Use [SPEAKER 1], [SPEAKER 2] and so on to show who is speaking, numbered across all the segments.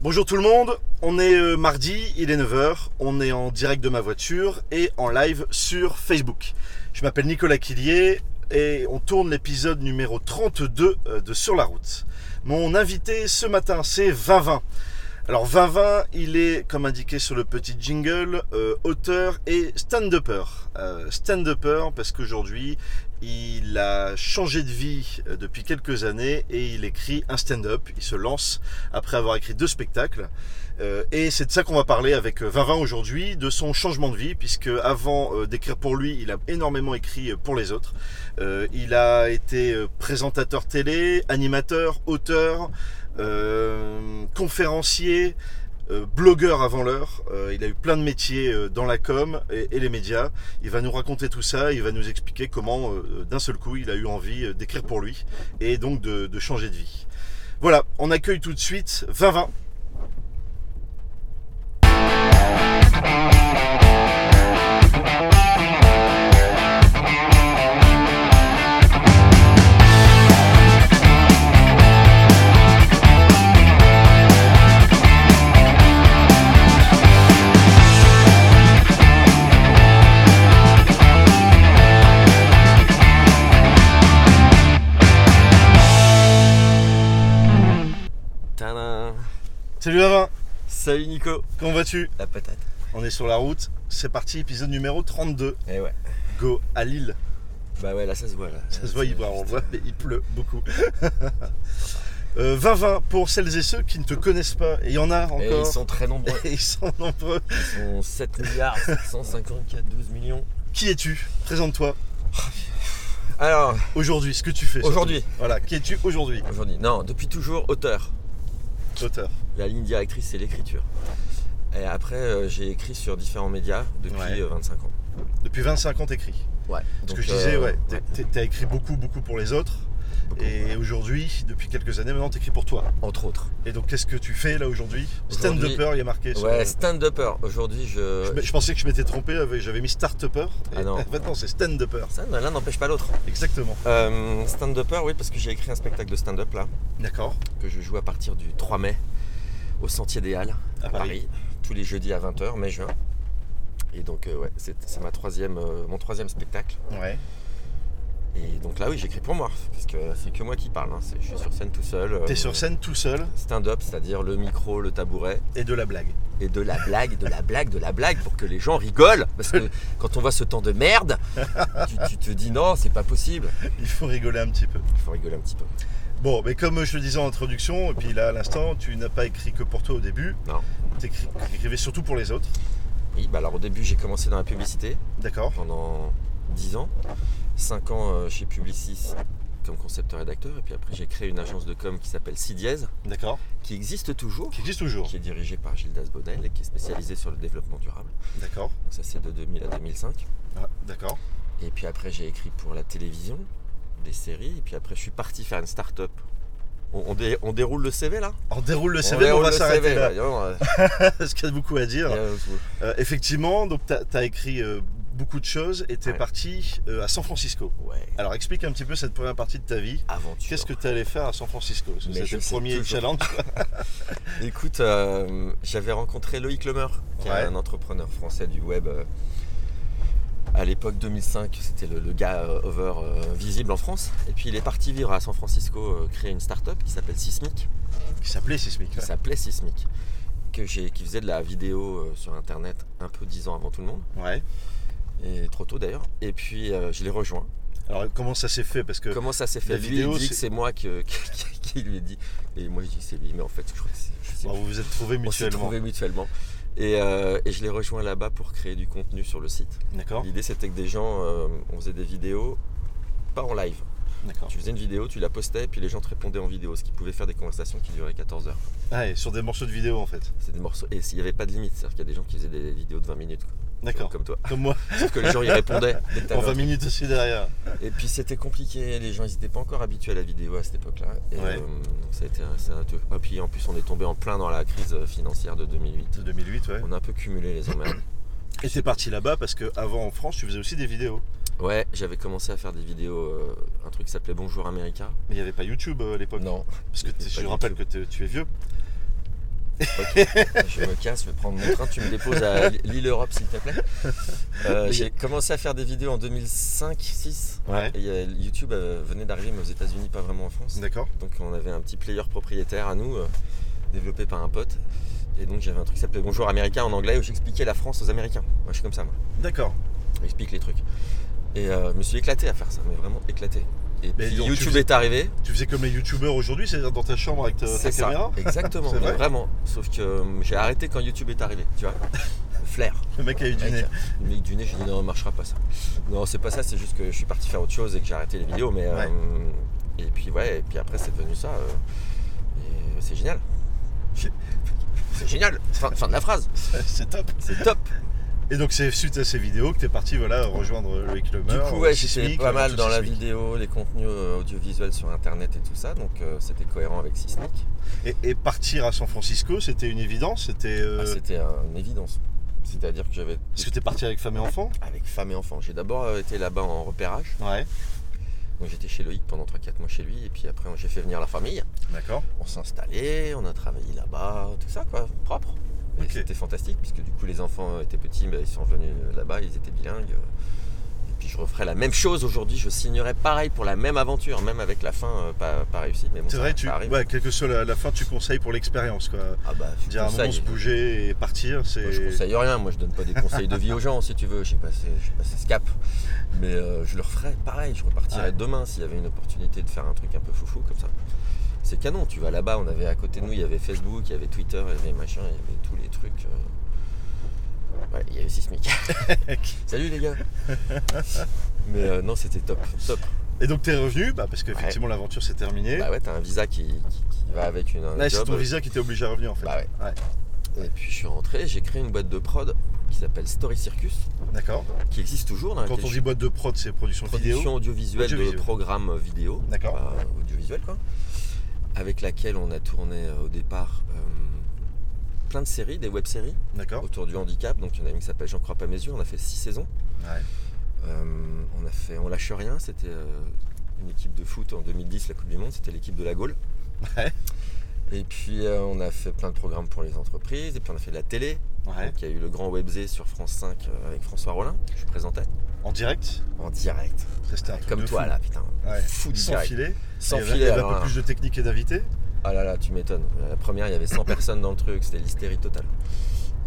[SPEAKER 1] Bonjour tout le monde, on est euh, mardi, il est 9h, on est en direct de ma voiture et en live sur Facebook. Je m'appelle Nicolas Quillier et on tourne l'épisode numéro 32 de Sur la route. Mon invité ce matin c'est Vinvin. Alors Vinvin, il est comme indiqué sur le petit jingle, euh, auteur et stand-upper. Euh, stand-upper parce qu'aujourd'hui il a changé de vie euh, depuis quelques années et il écrit un stand-up. Il se lance après avoir écrit deux spectacles. Euh, et c'est de ça qu'on va parler avec euh, Vinvin aujourd'hui, de son changement de vie, puisque avant euh, d'écrire pour lui, il a énormément écrit euh, pour les autres. Euh, il a été euh, présentateur télé, animateur, auteur, euh, conférencier, euh, blogueur avant l'heure. Euh, il a eu plein de métiers euh, dans la com et, et les médias. Il va nous raconter tout ça, il va nous expliquer comment euh, d'un seul coup il a eu envie euh, d'écrire pour lui et donc de, de changer de vie. Voilà, on accueille tout de suite Vinvin.
[SPEAKER 2] Tadam.
[SPEAKER 1] Salut Vinvin,
[SPEAKER 2] Salut Nico
[SPEAKER 1] comment vas-tu
[SPEAKER 2] La patate.
[SPEAKER 1] On est sur la route, c'est parti, épisode numéro 32.
[SPEAKER 2] Eh ouais.
[SPEAKER 1] Go à Lille.
[SPEAKER 2] Bah ouais, là ça se voit là.
[SPEAKER 1] Ça se voit, il, on voit, mais il pleut beaucoup. Euh, 20-20 pour celles et ceux qui ne te connaissent pas, et il y en a
[SPEAKER 2] Et ils
[SPEAKER 1] encore.
[SPEAKER 2] sont très nombreux.
[SPEAKER 1] Et ils sont nombreux.
[SPEAKER 2] Ils sont 7 milliards 754 12 millions.
[SPEAKER 1] Qui es-tu Présente-toi
[SPEAKER 2] Alors,
[SPEAKER 1] aujourd'hui, ce que tu fais. surtout.
[SPEAKER 2] aujourd'hui,
[SPEAKER 1] Voilà, qui es-tu aujourd'hui
[SPEAKER 2] aujourd'hui, non, depuis toujours auteur.
[SPEAKER 1] Auteur.
[SPEAKER 2] La ligne directrice c'est l'écriture. Et après, euh, j'ai écrit sur différents médias depuis
[SPEAKER 1] Ouais.
[SPEAKER 2] euh, 25 ans.
[SPEAKER 1] Depuis 25 ans, t'écris.
[SPEAKER 2] euh, Ouais.
[SPEAKER 1] Ce que je disais, ouais, t'es- t'es- t'as écrit beaucoup, beaucoup pour les autres. et aujourd'hui, depuis quelques années maintenant, t'écris pour toi.
[SPEAKER 2] Entre autres.
[SPEAKER 1] Et donc, qu'est-ce que tu fais là aujourd'hui
[SPEAKER 2] Aujourd'hui-
[SPEAKER 1] Stand-upper, il y a marqué. sur- euh,
[SPEAKER 2] Ouais, stand-upper. Aujourd'hui, je.
[SPEAKER 1] Je, je pensais que je m'étais trompé, avec- j'avais mis start-upper.
[SPEAKER 2] Ah
[SPEAKER 1] et-
[SPEAKER 2] non.
[SPEAKER 1] En fait, non, c'est stand-upper.
[SPEAKER 2] Ça, l'un n'empêche pas l'autre.
[SPEAKER 1] Exactement.
[SPEAKER 2] Euh, stand-upper, oui, parce que j'ai écrit un spectacle de stand-up là.
[SPEAKER 1] D'accord.
[SPEAKER 2] que je joue à partir du 3 mai au Sentier des Halles à,
[SPEAKER 1] À Paris.
[SPEAKER 2] Paris. tous les jeudis à 20h, mai-juin. Et donc, euh, ouais, c'est c'est ma troisième, euh, mon troisième spectacle.
[SPEAKER 1] Ouais.
[SPEAKER 2] Et donc là, oui, j'écris pour moi, parce que c'est que moi qui parle. hein. C'est- Je suis sur scène tout seul. euh,
[SPEAKER 1] T'es sur scène tout seul
[SPEAKER 2] Stand-up, c'est-à-dire le micro, le tabouret,
[SPEAKER 1] et de la blague.
[SPEAKER 2] et de la blague, de la blague, de la blague, pour que les gens rigolent. Parce que quand on voit ce temps de merde, tu, tu te dis non, c'est pas possible.
[SPEAKER 1] Il faut rigoler un petit peu.
[SPEAKER 2] Il faut rigoler un petit peu.
[SPEAKER 1] Bon, mais comme je le disais en introduction, et puis là à l'instant, tu n'as pas écrit que pour toi au début.
[SPEAKER 2] Non.
[SPEAKER 1] T'écris- T'écrivais surtout pour les autres.
[SPEAKER 2] Oui, bah alors au début, j'ai commencé dans la publicité.
[SPEAKER 1] D'accord.
[SPEAKER 2] pendant 10 ans, 5 ans euh, chez Publicis comme concepteur rédacteur, et puis après j'ai créé une agence de com qui s'appelle Sidiez,
[SPEAKER 1] D'accord.
[SPEAKER 2] qui existe toujours,
[SPEAKER 1] Qui existe toujours.
[SPEAKER 2] qui est dirigée par Gildas Bonnel et qui est spécialisée sur le développement durable.
[SPEAKER 1] D'accord.
[SPEAKER 2] Donc ça c'est de 2000 à 2005.
[SPEAKER 1] Ah, D'accord.
[SPEAKER 2] Et puis après j'ai écrit pour la télévision, des séries, et puis après je suis parti faire une start-up. On, on dé- on déroule le CV là
[SPEAKER 1] On déroule le CV, on, va
[SPEAKER 2] déroule le
[SPEAKER 1] s'arrêter
[SPEAKER 2] CV,
[SPEAKER 1] là.
[SPEAKER 2] ouais, non, euh,
[SPEAKER 1] Parce qu'il y a beaucoup à dire.
[SPEAKER 2] euh,
[SPEAKER 1] Euh, effectivement, donc t'as as écrit euh, beaucoup de choses et t'es
[SPEAKER 2] Ouais.
[SPEAKER 1] parti euh, à San Francisco.
[SPEAKER 2] ouais,
[SPEAKER 1] Alors explique un petit peu cette première partie de ta vie.
[SPEAKER 2] aventure.
[SPEAKER 1] Qu'est-ce que tu allais faire à San Francisco Parce que
[SPEAKER 2] Mais
[SPEAKER 1] C'était
[SPEAKER 2] je
[SPEAKER 1] le
[SPEAKER 2] sais
[SPEAKER 1] premier
[SPEAKER 2] toujours
[SPEAKER 1] challenge.
[SPEAKER 2] Écoute, euh, j'avais rencontré Loïc Lemeur, qui
[SPEAKER 1] Ouais.
[SPEAKER 2] est un entrepreneur français du web. euh, à l'époque 2005, c'était le, le gars euh, over euh, visible en France. Et puis il est parti vivre à San Francisco, euh, créer une start-up qui s'appelle Sismic,
[SPEAKER 1] qui s'appelait Sismic.
[SPEAKER 2] qui s'appelait Sismic, que j'ai, qui faisait de la vidéo euh, sur internet un peu 10 ans avant tout le monde,
[SPEAKER 1] Ouais.
[SPEAKER 2] et trop tôt d'ailleurs. Et puis euh, je l'ai rejoint.
[SPEAKER 1] Alors comment ça s'est fait Parce que
[SPEAKER 2] Comment ça s'est fait
[SPEAKER 1] Euh, la
[SPEAKER 2] Lui
[SPEAKER 1] vidéo,
[SPEAKER 2] il dit que
[SPEAKER 1] c'est-
[SPEAKER 2] c'est moi qui, qui- qui lui ai dit. Et moi je dis que c'est lui, mais en fait je crois que c'est. je sais
[SPEAKER 1] bon, vous vous êtes trouvés
[SPEAKER 2] On s'est
[SPEAKER 1] mutuellement.
[SPEAKER 2] trouvés mutuellement. Et, euh, et je l'ai rejoint là-bas pour créer du contenu sur le site.
[SPEAKER 1] D'accord.
[SPEAKER 2] L'idée c'était que des gens, euh, on faisait des vidéos, pas en live.
[SPEAKER 1] D'accord.
[SPEAKER 2] Tu faisais une vidéo, tu la postais, puis les gens te répondaient en vidéo, ce qui pouvait faire des conversations qui duraient 14 heures.
[SPEAKER 1] Ah, et sur des morceaux de vidéo en fait.
[SPEAKER 2] C'était des morceaux, et il n'y avait pas de limite, c'est-à-dire qu'il y a des gens qui faisaient des vidéos de 20 minutes, quoi.
[SPEAKER 1] D'accord.
[SPEAKER 2] comme toi.
[SPEAKER 1] Comme moi,
[SPEAKER 2] Sauf que les gens y répondaient. dès que t'avais
[SPEAKER 1] en
[SPEAKER 2] un
[SPEAKER 1] 20 minutes aussi derrière.
[SPEAKER 2] Et puis c'était compliqué, les gens ils n'étaient pas encore habitués à la vidéo à cette époque-là. Et
[SPEAKER 1] Ouais.
[SPEAKER 2] euh, donc ça a été un- c'est un truc. Et puis en plus on est tombé en plein dans la crise euh, financière de 2008.
[SPEAKER 1] De 2008, ouais.
[SPEAKER 2] On a un peu cumulé les emmerdes.
[SPEAKER 1] Et t'es parti là-bas parce que avant en France, tu faisais aussi des vidéos.
[SPEAKER 2] Ouais, j'avais commencé à faire des vidéos, euh, un truc qui s'appelait Bonjour America.
[SPEAKER 1] Mais il n'y avait pas YouTube euh, à l'époque.
[SPEAKER 2] Non.
[SPEAKER 1] Parce que
[SPEAKER 2] il y
[SPEAKER 1] t'es-
[SPEAKER 2] avait
[SPEAKER 1] je
[SPEAKER 2] pas
[SPEAKER 1] rappelle que
[SPEAKER 2] YouTube.
[SPEAKER 1] t'es- tu es vieux.
[SPEAKER 2] Ok, je me casse, je vais prendre mon train, tu me déposes à l'île Europe s'il te plaît. Euh,
[SPEAKER 1] Mais-
[SPEAKER 2] J'ai commencé à faire des vidéos en 2005-6.
[SPEAKER 1] Ouais.
[SPEAKER 2] Et euh, YouTube euh, venait d'arriver, mais aux États-Unis, pas vraiment en France.
[SPEAKER 1] D'accord.
[SPEAKER 2] Donc on avait un petit player propriétaire à nous, euh, développé par un pote. Et donc j'avais un truc qui s'appelait Bonjour Américain en anglais où j'expliquais la France aux Américains. Moi je suis comme ça, moi.
[SPEAKER 1] D'accord.
[SPEAKER 2] J'explique les trucs. Et euh, je me suis éclaté à faire ça, mais vraiment éclaté. Et puis
[SPEAKER 1] donc, tu
[SPEAKER 2] YouTube
[SPEAKER 1] faisais-
[SPEAKER 2] est arrivé.
[SPEAKER 1] Tu faisais comme les youtubeurs aujourd'hui, c'est-à-dire dans ta chambre avec ta, ta
[SPEAKER 2] C'est ça,
[SPEAKER 1] caméra.
[SPEAKER 2] exactement.
[SPEAKER 1] euh, C'est
[SPEAKER 2] mais
[SPEAKER 1] vrai
[SPEAKER 2] vraiment. Sauf que euh, j'ai arrêté quand YouTube est arrivé, tu vois. Flair.
[SPEAKER 1] Le mec a eu du
[SPEAKER 2] Avec,
[SPEAKER 1] nez.
[SPEAKER 2] Le mec du nez, j'ai dit non, marchera pas ça. Non, c'est pas ça, c'est juste que je suis parti faire autre chose et que j'ai arrêté les vidéos. Mais euh,
[SPEAKER 1] Ouais.
[SPEAKER 2] et puis ouais, et puis après c'est devenu ça. euh, et c'est génial. C'est génial. Fin, fin de la phrase.
[SPEAKER 1] C'est top.
[SPEAKER 2] C'est top.
[SPEAKER 1] Et donc c'est suite à ces vidéos que t'es parti voilà rejoindre Loïc Le
[SPEAKER 2] Du
[SPEAKER 1] Meur,
[SPEAKER 2] coup, ouais,
[SPEAKER 1] Sismic, euh,
[SPEAKER 2] j'étais pas mal
[SPEAKER 1] tout
[SPEAKER 2] dans la
[SPEAKER 1] Sismic.
[SPEAKER 2] vidéo, les contenus euh, audiovisuels sur internet et tout ça, donc euh, c'était cohérent avec Sismic.
[SPEAKER 1] Et, et partir à San Francisco, c'était une évidence. C'était euh,
[SPEAKER 2] Ah, c'était un- une évidence. C'est-à-dire que j'avais
[SPEAKER 1] parce que t'es parti avec femme et enfant.
[SPEAKER 2] avec femme et enfant. J'ai d'abord euh, été là-bas en repérage.
[SPEAKER 1] Ouais.
[SPEAKER 2] Donc j'étais chez Loïc pendant 3-4 mois chez lui, et puis après j'ai fait venir la famille.
[SPEAKER 1] D'accord.
[SPEAKER 2] on s'est installé, on a travaillé là-bas, tout ça quoi, propre. Et
[SPEAKER 1] Ok.
[SPEAKER 2] c'était fantastique puisque du coup les enfants euh, étaient petits, mais ils sont venus là-bas, ils étaient bilingues. Et puis je referais la même chose aujourd'hui, je signerais pareil pour la même aventure, même avec la fin euh, pas, pas réussie. Mais bon,
[SPEAKER 1] C'est
[SPEAKER 2] ça-
[SPEAKER 1] vrai,
[SPEAKER 2] ça
[SPEAKER 1] tu,
[SPEAKER 2] arrive.
[SPEAKER 1] ouais, quelle que soit la, la fin, tu conseilles pour l'expérience quoi.
[SPEAKER 2] Ah bah, je
[SPEAKER 1] Dire à un moment
[SPEAKER 2] conseille.
[SPEAKER 1] se bouger et partir,
[SPEAKER 2] Moi, je
[SPEAKER 1] c'est.
[SPEAKER 2] conseille rien, moi je donne pas des conseils de vie aux gens si tu veux, j'ai passé, j'ai passé ce cap. Mais euh, je le referais pareil, je repartirais
[SPEAKER 1] Ouais.
[SPEAKER 2] demain s'il y avait une opportunité de faire un truc un peu foufou comme ça. C'est canon, tu vas là-bas, on avait à côté de nous, il y avait Facebook, il y avait Twitter, il y avait machin, il y avait tous les trucs. euh. Ouais, il y avait Sismic. Salut les gars Mais euh, non, c'était top, top.
[SPEAKER 1] Et donc t'es revenu, bah, parce qu'effectivement l'aventure s'est terminée.
[SPEAKER 2] Bah ouais, t'as un visa qui, qui- qui va avec une. un
[SPEAKER 1] Là, c'est
[SPEAKER 2] job. euh,
[SPEAKER 1] ton visa qui t'est obligé à revenir en fait.
[SPEAKER 2] Bah ouais. Et puis je suis rentré, j'ai créé une boîte de prod qui s'appelle Story Circus,
[SPEAKER 1] D'accord.
[SPEAKER 2] qui existe toujours. Dans
[SPEAKER 1] Quand
[SPEAKER 2] laquelle
[SPEAKER 1] on
[SPEAKER 2] je
[SPEAKER 1] dit boîte de prod, c'est production, vidéo.
[SPEAKER 2] production audiovisuelle,
[SPEAKER 1] Audiovisuel.
[SPEAKER 2] de programmes vidéo.
[SPEAKER 1] D'accord.
[SPEAKER 2] Bah, audiovisuel quoi. Avec laquelle on a tourné euh, au départ euh, plein de séries, des web-séries
[SPEAKER 1] D'accord.
[SPEAKER 2] autour du handicap. Donc il y en a une qui s'appelle J'en crois pas mes yeux. On a fait six saisons.
[SPEAKER 1] Ouais.
[SPEAKER 2] Euh, on a fait On lâche rien. C'était euh, une équipe de foot en 2010, la Coupe du Monde. C'était l'équipe de la Gaule.
[SPEAKER 1] Ouais.
[SPEAKER 2] Et puis euh, on a fait plein de programmes pour les entreprises. Et puis on a fait de la télé.
[SPEAKER 1] Ouais.
[SPEAKER 2] Donc, il y a eu le grand webzé sur France 5 euh, avec François Rollin que je présentais
[SPEAKER 1] En direct.
[SPEAKER 2] en direct.
[SPEAKER 1] Ça, c'était un truc
[SPEAKER 2] Comme
[SPEAKER 1] de
[SPEAKER 2] toi
[SPEAKER 1] fou.
[SPEAKER 2] là, putain.
[SPEAKER 1] Ouais.
[SPEAKER 2] Fou du
[SPEAKER 1] Sans
[SPEAKER 2] direct.
[SPEAKER 1] filet.
[SPEAKER 2] Sans
[SPEAKER 1] il y avait,
[SPEAKER 2] filet.
[SPEAKER 1] il y avait
[SPEAKER 2] alors
[SPEAKER 1] un
[SPEAKER 2] là.
[SPEAKER 1] peu plus de technique et d'invités.
[SPEAKER 2] Ah là là, tu m'étonnes. La première, il y avait 100 personnes dans le truc, c'était l'hystérie totale.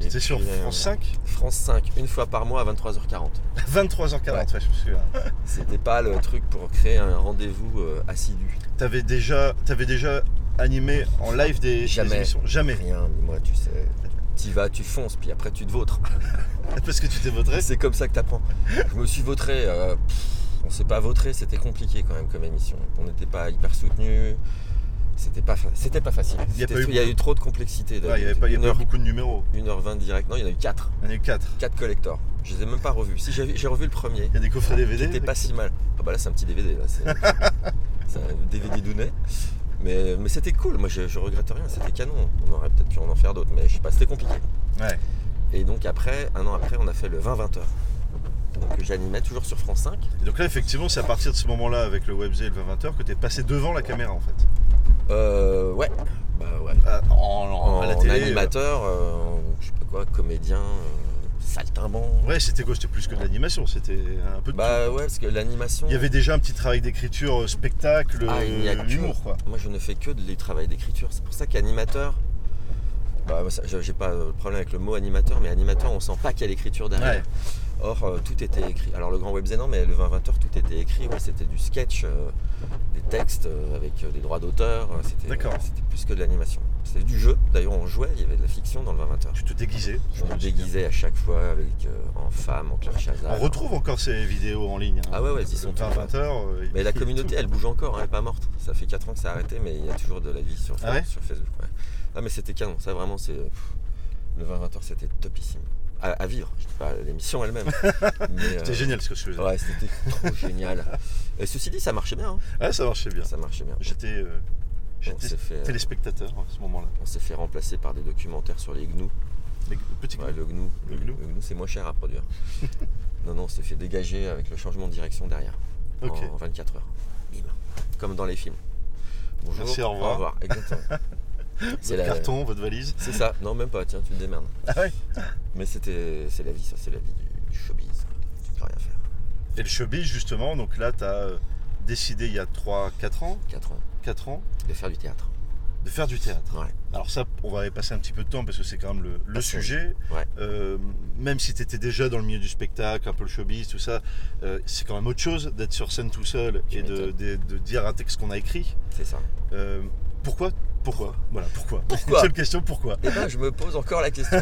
[SPEAKER 2] Et
[SPEAKER 1] C'était sur
[SPEAKER 2] puis, euh,
[SPEAKER 1] France 5.
[SPEAKER 2] France 5, une fois par mois à 23h40.
[SPEAKER 1] 23h40, ouais, je me souviens.
[SPEAKER 2] C'était pas le truc pour créer un rendez-vous euh, assidu.
[SPEAKER 1] T'avais déjà, t'avais déjà animé en live des, des
[SPEAKER 2] Jamais.
[SPEAKER 1] émissions Jamais.
[SPEAKER 2] Rien, mais moi, tu sais. T'y vas, tu fonces, puis après tu te vautres.
[SPEAKER 1] Parce que tu t'es voté.
[SPEAKER 2] C'est comme ça que t'apprends. Je me suis vautré. euh, pff, on s'est pas vautré, c'était compliqué quand même comme émission. On n'était pas hyper soutenu. C'était pas, fa- c'était pas facile.
[SPEAKER 1] Il y a
[SPEAKER 2] C'était-
[SPEAKER 1] pas eu
[SPEAKER 2] Il y a eu trop de complexité.
[SPEAKER 1] Ouais, Il n'y avait pas, il y avait pas beaucoup de numéros.
[SPEAKER 2] 1h20 direct. Non, il y en a eu 4.
[SPEAKER 1] Il y en a eu 4.
[SPEAKER 2] 4 collectors. Je les ai même pas revus. Si j'ai j'ai revu le premier,
[SPEAKER 1] Il y a des coffrets
[SPEAKER 2] qui
[SPEAKER 1] DVD.
[SPEAKER 2] était pas si mal. Ah bah là c'est un petit DVD là, c'est c'est un DVD dounet. Mais, mais c'était cool, moi je, je regrette rien, c'était canon. On aurait peut-être pu en en faire d'autres, mais je sais pas, c'était compliqué.
[SPEAKER 1] Ouais.
[SPEAKER 2] Et donc après, un an après, on a fait le 20-20 heures. Donc que j'animais toujours sur France 5.
[SPEAKER 1] Et donc là, effectivement, c'est à partir de ce moment-là, avec le WebZ et le 20h, que t'es passé devant la caméra en fait.
[SPEAKER 2] Euh, ouais, bah ouais.
[SPEAKER 1] Ah, En, en-
[SPEAKER 2] En,
[SPEAKER 1] à la télé.
[SPEAKER 2] animateur, euh, en- je sais pas quoi, comédien, euh, saltimbanque.
[SPEAKER 1] euh. Ouais, c'était quoi C'était plus que de l'animation. C'était un peu de tout.
[SPEAKER 2] Bah ouais, parce que l'animation.
[SPEAKER 1] Il y avait déjà un petit travail d'écriture, euh, spectacle,
[SPEAKER 2] Ah, il y a
[SPEAKER 1] euh,
[SPEAKER 2] que-
[SPEAKER 1] humour quoi.
[SPEAKER 2] Moi, je ne fais que du travail d'écriture. C'est pour ça qu'animateur. Bah, moi, ça, j'ai j'ai pas de problème avec le mot animateur, mais animateur, on sent pas qu'il y a l'écriture derrière.
[SPEAKER 1] Ouais.
[SPEAKER 2] Or, euh, tout était écrit. Alors, le grand web non, mais le 20-20 heures, tout était écrit. Ouais, c'était du sketch, euh, des textes euh, avec euh, des droits d'auteur. euh, C'était
[SPEAKER 1] D'accord.
[SPEAKER 2] euh, c'était plus que de l'animation. C'était du jeu. D'ailleurs, on jouait, il y avait de la fiction dans le 20-20 heures.
[SPEAKER 1] Tu te déguisais.
[SPEAKER 2] Je me déguisais à chaque fois avec, euh, en femme, en Claire Chazal.
[SPEAKER 1] On retrouve encore ces vidéos en ligne. hein.
[SPEAKER 2] Ah ouais, ouais, ils sont
[SPEAKER 1] Le 20,
[SPEAKER 2] tous-
[SPEAKER 1] 20 heures, euh,
[SPEAKER 2] Mais
[SPEAKER 1] ils-
[SPEAKER 2] la
[SPEAKER 1] ils-
[SPEAKER 2] communauté, elle bouge encore, hein, elle n'est pas morte. Ça fait 4 ans que ça a arrêté, mais il y a toujours de la vie sur,
[SPEAKER 1] Ah ouais
[SPEAKER 2] sur Facebook. ouais. Ah, mais c'était canon, ça vraiment, c'est. pff, Le 20-20 heures, c'était topissime. À, à vivre, je dis pas l'émission elle-même. mais, euh,
[SPEAKER 1] C'était génial ce que je faisais.
[SPEAKER 2] Ouais, c'était trop génial. Et ceci dit, ça marchait bien. hein.
[SPEAKER 1] Ah, ça marchait bien.
[SPEAKER 2] Ça marchait bien.
[SPEAKER 1] J'étais euh,
[SPEAKER 2] On
[SPEAKER 1] j'étais
[SPEAKER 2] s'est fait, euh,
[SPEAKER 1] téléspectateur à ce moment-là. euh,
[SPEAKER 2] on s'est fait remplacer par des documentaires sur les gnous.
[SPEAKER 1] Les petits
[SPEAKER 2] Ouais, le gnou.
[SPEAKER 1] Le gnou.
[SPEAKER 2] c'est moins cher à produire. non, non, on s'est fait dégager avec le changement de direction derrière.
[SPEAKER 1] Ok.
[SPEAKER 2] En 24 heures. Bim. Comme dans les films. Bonjour.
[SPEAKER 1] Merci, au revoir.
[SPEAKER 2] Exactement. C'est
[SPEAKER 1] Votre
[SPEAKER 2] la-
[SPEAKER 1] carton, votre valise.
[SPEAKER 2] C'est ça. Non, même pas. Tiens, tu te démerdes.
[SPEAKER 1] Ah ouais
[SPEAKER 2] Mais c'était, c'est la vie, ça. C'est la vie du, du showbiz. quoi. Tu peux rien faire.
[SPEAKER 1] Et le showbiz, justement, donc là, tu as décidé il y a 3-4 ans,
[SPEAKER 2] 4 ans
[SPEAKER 1] 4 ans,
[SPEAKER 2] de faire du théâtre.
[SPEAKER 1] de faire du théâtre.
[SPEAKER 2] Ouais.
[SPEAKER 1] Alors ça, on va y passer un petit peu de temps parce que c'est quand même le, le
[SPEAKER 2] Parce que-
[SPEAKER 1] sujet.
[SPEAKER 2] ouais.
[SPEAKER 1] Euh, même si tu étais déjà dans le milieu du spectacle, un peu le showbiz, tout ça, euh, c'est quand même autre chose d'être sur scène tout seul
[SPEAKER 2] Tu
[SPEAKER 1] et de,
[SPEAKER 2] m'étonnes.
[SPEAKER 1] de- de dire un texte qu'on a écrit.
[SPEAKER 2] C'est ça.
[SPEAKER 1] Euh, pourquoi Pourquoi Voilà, pourquoi
[SPEAKER 2] Pourquoi
[SPEAKER 1] Seule question, pourquoi
[SPEAKER 2] Et ben, je me pose encore la question.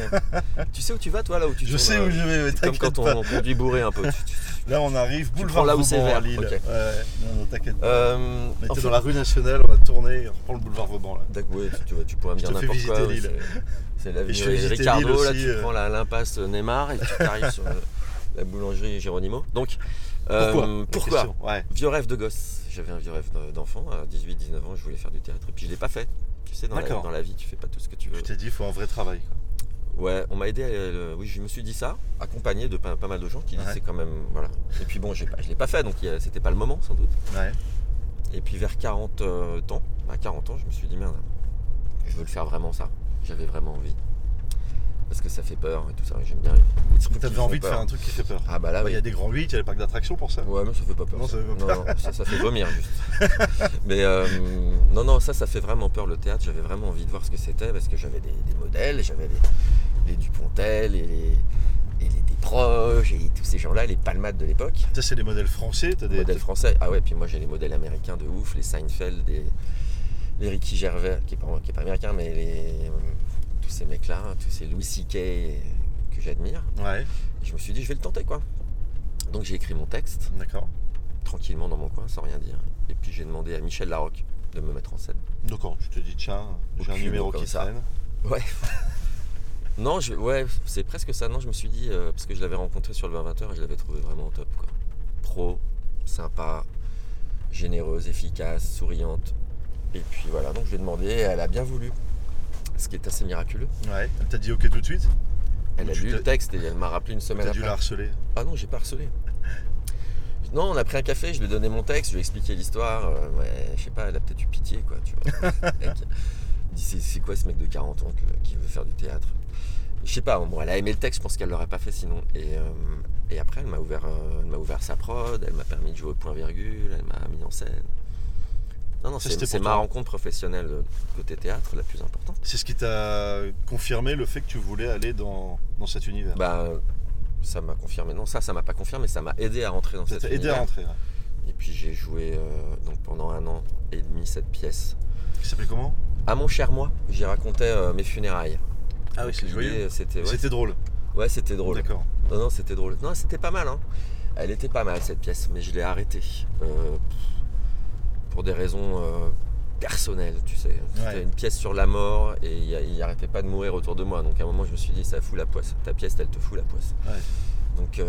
[SPEAKER 2] tu sais où tu vas, toi, là où tu
[SPEAKER 1] Je
[SPEAKER 2] tournes,
[SPEAKER 1] sais
[SPEAKER 2] euh,
[SPEAKER 1] où je vais, mais
[SPEAKER 2] C'est comme
[SPEAKER 1] t'inquiète
[SPEAKER 2] quand
[SPEAKER 1] pas.
[SPEAKER 2] on, on conduit bourré un peu. Tu- tu-
[SPEAKER 1] Là, on arrive, boulevard
[SPEAKER 2] prends là où c'est
[SPEAKER 1] Vauban à
[SPEAKER 2] vert,
[SPEAKER 1] Lille.
[SPEAKER 2] ok.
[SPEAKER 1] Ouais, non, non, t'inquiète pas.
[SPEAKER 2] Euh,
[SPEAKER 1] on était
[SPEAKER 2] en fait-
[SPEAKER 1] dans la rue nationale, on a tourné, on reprend le boulevard Vauban là.
[SPEAKER 2] D'accord, ouais, tu, tu vois, tu pourrais me
[SPEAKER 1] Je
[SPEAKER 2] dire
[SPEAKER 1] te fais
[SPEAKER 2] n'importe quoi.
[SPEAKER 1] visiter
[SPEAKER 2] ouais,
[SPEAKER 1] l'île.
[SPEAKER 2] c'est- C'est
[SPEAKER 1] Et je
[SPEAKER 2] l'avenue
[SPEAKER 1] fais visiter
[SPEAKER 2] Ricardo,
[SPEAKER 1] l'île
[SPEAKER 2] là,
[SPEAKER 1] aussi,
[SPEAKER 2] tu
[SPEAKER 1] euh.
[SPEAKER 2] prends la- l'impasse Neymar et tu arrives sur le- la boulangerie Géronimo. Donc, euh,
[SPEAKER 1] Pourquoi La
[SPEAKER 2] pourquoi Euh.
[SPEAKER 1] question, Ouais.
[SPEAKER 2] Vieux rêve de gosse. J'avais un vieux rêve de- d'enfant. À 18-19 ans, je voulais faire du théâtre. Et puis, je l'ai pas fait. Tu sais, dans la,
[SPEAKER 1] D'accord.
[SPEAKER 2] dans la vie, tu fais pas tout ce que tu veux.
[SPEAKER 1] Tu t'es dit, il faut un vrai travail. quoi.
[SPEAKER 2] Ouais, on m'a aidé. à- euh, oui, je me suis dit ça, accompagné de pas, pas mal de gens qui disaient
[SPEAKER 1] Ouais.
[SPEAKER 2] c'est quand même. Voilà. Et puis, bon, j'ai pas- je l'ai pas fait, donc il y a- c'était pas le moment, sans doute.
[SPEAKER 1] Ouais.
[SPEAKER 2] Et puis vers 40 euh, ans, à 40 ans, je me suis dit merde, je veux le faire vraiment ça. J'avais vraiment envie. Parce que ça fait peur et tout ça, j'aime bien. les- les trucs qui
[SPEAKER 1] T'avais
[SPEAKER 2] font
[SPEAKER 1] envie de
[SPEAKER 2] peur.
[SPEAKER 1] faire un truc qui fait peur.
[SPEAKER 2] Ah bah là,
[SPEAKER 1] Bah, Il
[SPEAKER 2] oui.
[SPEAKER 1] y a des grands 8, il y a les parcs d'attractions pour ça.
[SPEAKER 2] Ouais, mais ça fait pas peur.
[SPEAKER 1] Non, ça fait pas
[SPEAKER 2] Non, non, ça, ça fait vomir juste. mais euh, non, non, ça, ça fait vraiment peur le théâtre. J'avais vraiment envie de voir ce que c'était parce que j'avais des, des modèles, j'avais les, les Dupontel et les, et les Desproges et tous ces gens-là, les palmades de l'époque.
[SPEAKER 1] Ça, c'est des modèles français. T'as des...
[SPEAKER 2] modèles français. Ah ouais, puis moi j'ai les modèles américains de ouf, les Seinfeld, les, les Ricky Gervais, qui est pas, qui est pas américain, mais les, tous ces mecs-là, hein, tous ces Louis C.K. que j'admire.
[SPEAKER 1] Ouais,
[SPEAKER 2] Je me suis dit, je vais le tenter quoi. Donc j'ai écrit mon texte,
[SPEAKER 1] d'accord.
[SPEAKER 2] tranquillement dans mon coin, sans rien dire. Et puis j'ai demandé à Michel Larocque de me mettre en scène.
[SPEAKER 1] D'accord, je te dis, tiens, j'ai un
[SPEAKER 2] Au culot,
[SPEAKER 1] numéro
[SPEAKER 2] comme
[SPEAKER 1] qui
[SPEAKER 2] ça.
[SPEAKER 1] traîne.
[SPEAKER 2] Non, je, ouais, c'est presque ça. Non, je me suis dit, euh, parce que je l'avais rencontré sur le 20-20 et je l'avais trouvé vraiment top. Quoi. Pro, sympa, généreuse, efficace, souriante. Et puis voilà, donc je lui ai demandé et elle a bien voulu. Ce qui est assez miraculeux.
[SPEAKER 1] Ouais, elle t'a dit ok tout de suite
[SPEAKER 2] Elle a
[SPEAKER 1] Tu
[SPEAKER 2] lu
[SPEAKER 1] t'as-
[SPEAKER 2] le texte et elle m'a rappelé une semaine
[SPEAKER 1] T'as dû
[SPEAKER 2] après.
[SPEAKER 1] la harceler.
[SPEAKER 2] Ah non, j'ai pas harcelé. Non, on a pris un café, je lui ai donné mon texte, je lui ai expliqué l'histoire. euh, ouais, je sais pas, elle a peut-être eu pitié, quoi, tu vois. Le mec, il dit, c'est, c'est quoi ce mec de 40 ans que- qui veut faire du théâtre Je sais pas, hein, bon, elle a aimé le texte, je pense qu'elle l'aurait pas fait sinon. Et, euh, et après, elle m'a, ouvert, euh, elle m'a ouvert sa prod, elle m'a permis de jouer au point-virgule, elle m'a mis en scène. Non, non,
[SPEAKER 1] Ça,
[SPEAKER 2] c'est,
[SPEAKER 1] c'était
[SPEAKER 2] c'est
[SPEAKER 1] pour
[SPEAKER 2] ma
[SPEAKER 1] toi.
[SPEAKER 2] rencontre professionnelle euh, côté théâtre la plus importante.
[SPEAKER 1] C'est ce qui t'a confirmé le fait que tu voulais aller dans, dans cet univers.
[SPEAKER 2] Bah, ça m'a confirmé, non, ça, ça m'a pas confirmé, ça m'a aidé à rentrer dans
[SPEAKER 1] ça
[SPEAKER 2] cette
[SPEAKER 1] t'a aidé à rentrer. ouais.
[SPEAKER 2] Et puis j'ai joué euh, donc pendant un an et demi cette pièce.
[SPEAKER 1] Ça s'appelait comment
[SPEAKER 2] À mon cher moi, j'y racontais euh, mes funérailles.
[SPEAKER 1] Ah oui,
[SPEAKER 2] Donc,
[SPEAKER 1] c'est
[SPEAKER 2] l'idée,
[SPEAKER 1] joyeux.
[SPEAKER 2] C'était ouais,
[SPEAKER 1] C'était drôle.
[SPEAKER 2] ouais, c'était drôle.
[SPEAKER 1] D'accord.
[SPEAKER 2] Non, non, c'était drôle. Non, c'était pas mal. Hein. Elle était pas mal cette pièce, mais je l'ai arrêtée euh, pour des raisons euh, personnelles, tu sais. C'était
[SPEAKER 1] Ouais.
[SPEAKER 2] une pièce sur la mort et il y a- il arrêtait pas de mourir autour de moi. Donc à un moment, je me suis dit, ça fout la poisse. Ta pièce, elle te fout la poisse.
[SPEAKER 1] Ouais.
[SPEAKER 2] Donc euh,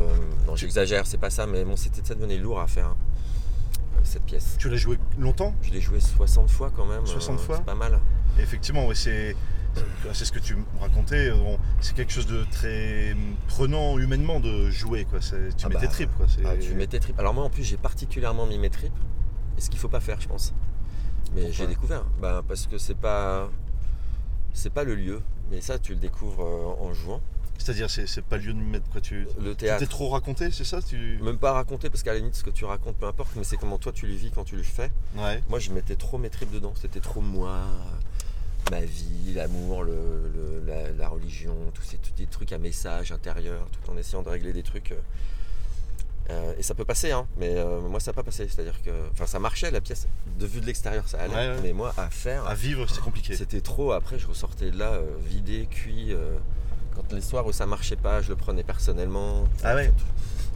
[SPEAKER 2] non, j'exagère, c'est pas ça, mais bon, c'était ça devenait lourd à faire hein, cette pièce.
[SPEAKER 1] Tu l'as joué longtemps
[SPEAKER 2] Je l'ai joué 60 fois quand même. euh,
[SPEAKER 1] 60 fois
[SPEAKER 2] C'est pas mal.
[SPEAKER 1] Et Effectivement, ouais, c'est c'est ce que tu me racontais. Bon, c'est quelque chose de très hum, prenant humainement de jouer. Quoi. C'est- Tu
[SPEAKER 2] Ah
[SPEAKER 1] mets tes
[SPEAKER 2] bah,
[SPEAKER 1] tripes. Quoi. C'est-
[SPEAKER 2] Ah, tu mets tes tripes. Alors moi en plus j'ai particulièrement mis mes tripes. Et ce qu'il faut pas faire je pense. Mais
[SPEAKER 1] Pourquoi
[SPEAKER 2] j'ai découvert. Bah, parce que c'est pas. C'est pas le lieu. Mais ça tu le découvres euh, en jouant.
[SPEAKER 1] C'est-à-dire, c'est c'est pas le lieu de mettre quoi tu.
[SPEAKER 2] Le
[SPEAKER 1] Tu
[SPEAKER 2] théâtre.
[SPEAKER 1] t'es trop raconté, c'est ça tu...
[SPEAKER 2] Même pas raconter parce qu'à la limite ce que tu racontes peu importe, mais c'est comment toi tu le vis quand tu le fais.
[SPEAKER 1] Ouais.
[SPEAKER 2] Moi je mettais trop mes tripes dedans. C'était trop moi. euh, Ma vie, l'amour, le- le- la, la religion, tous ces tous des trucs à message intérieur, tout en essayant de régler des trucs. euh, Euh, et ça peut passer, hein, mais euh, moi ça n'a pas passé. C'est-à-dire que. Enfin, ça marchait la pièce. De vue de l'extérieur, ça allait.
[SPEAKER 1] Ouais, ouais. Ah,
[SPEAKER 2] Mais moi, à faire,
[SPEAKER 1] À vivre, c'est compliqué.
[SPEAKER 2] c'était trop. Après, je ressortais de là, euh, vidé, cuit. euh, quand les soirs où ça marchait pas, je le prenais personnellement.
[SPEAKER 1] Ah ouais.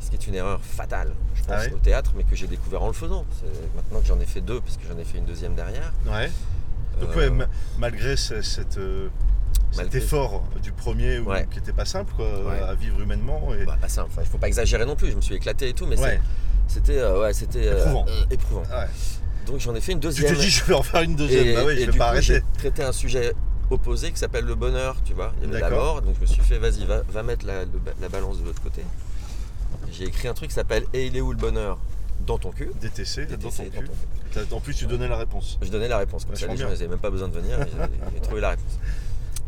[SPEAKER 2] Ce qui est une erreur fatale, je pense,
[SPEAKER 1] Ah ouais.
[SPEAKER 2] au théâtre, mais que j'ai découvert en le faisant. C'est maintenant que j'en ai fait deux, parce que j'en ai fait une deuxième derrière.
[SPEAKER 1] Ouais. Donc
[SPEAKER 2] euh,
[SPEAKER 1] ouais, ma- malgré ce- cette, euh, cet
[SPEAKER 2] Malgré-
[SPEAKER 1] effort du premier ou-
[SPEAKER 2] Ouais.
[SPEAKER 1] qui était pas simple quoi,
[SPEAKER 2] Ouais.
[SPEAKER 1] à vivre humainement et
[SPEAKER 2] bah, pas simple. Enfin, il faut pas exagérer non plus. Je me suis éclaté et tout, mais
[SPEAKER 1] ouais.
[SPEAKER 2] c'est- c'était. euh, ouais, c'était. euh,
[SPEAKER 1] Éprouvant.
[SPEAKER 2] euh, éprouvant.
[SPEAKER 1] Ouais.
[SPEAKER 2] Donc j'en ai fait une
[SPEAKER 1] Tu
[SPEAKER 2] deuxième.
[SPEAKER 1] t'es dit je vais en faire une deuxième, bah oui,
[SPEAKER 2] et
[SPEAKER 1] je
[SPEAKER 2] du
[SPEAKER 1] vais pas
[SPEAKER 2] coup, j'ai
[SPEAKER 1] arrêter.
[SPEAKER 2] traité un sujet opposé qui s'appelle le bonheur, tu vois. Il y avait la
[SPEAKER 1] D'accord.
[SPEAKER 2] mort, donc je me suis fait, vas-y, va, va mettre la, le ba- la balance de l'autre côté. J'ai écrit un truc qui s'appelle Et il est où le bonheur dans ton cul.
[SPEAKER 1] DTC, dans ton
[SPEAKER 2] DTC,
[SPEAKER 1] cul. T'as- En plus, tu donnais la réponse.
[SPEAKER 2] Je donnais la réponse, comme ça
[SPEAKER 1] Vachement
[SPEAKER 2] les gens
[SPEAKER 1] bien.
[SPEAKER 2] ils avaient même pas besoin de venir, ils- ils trouvaient la réponse.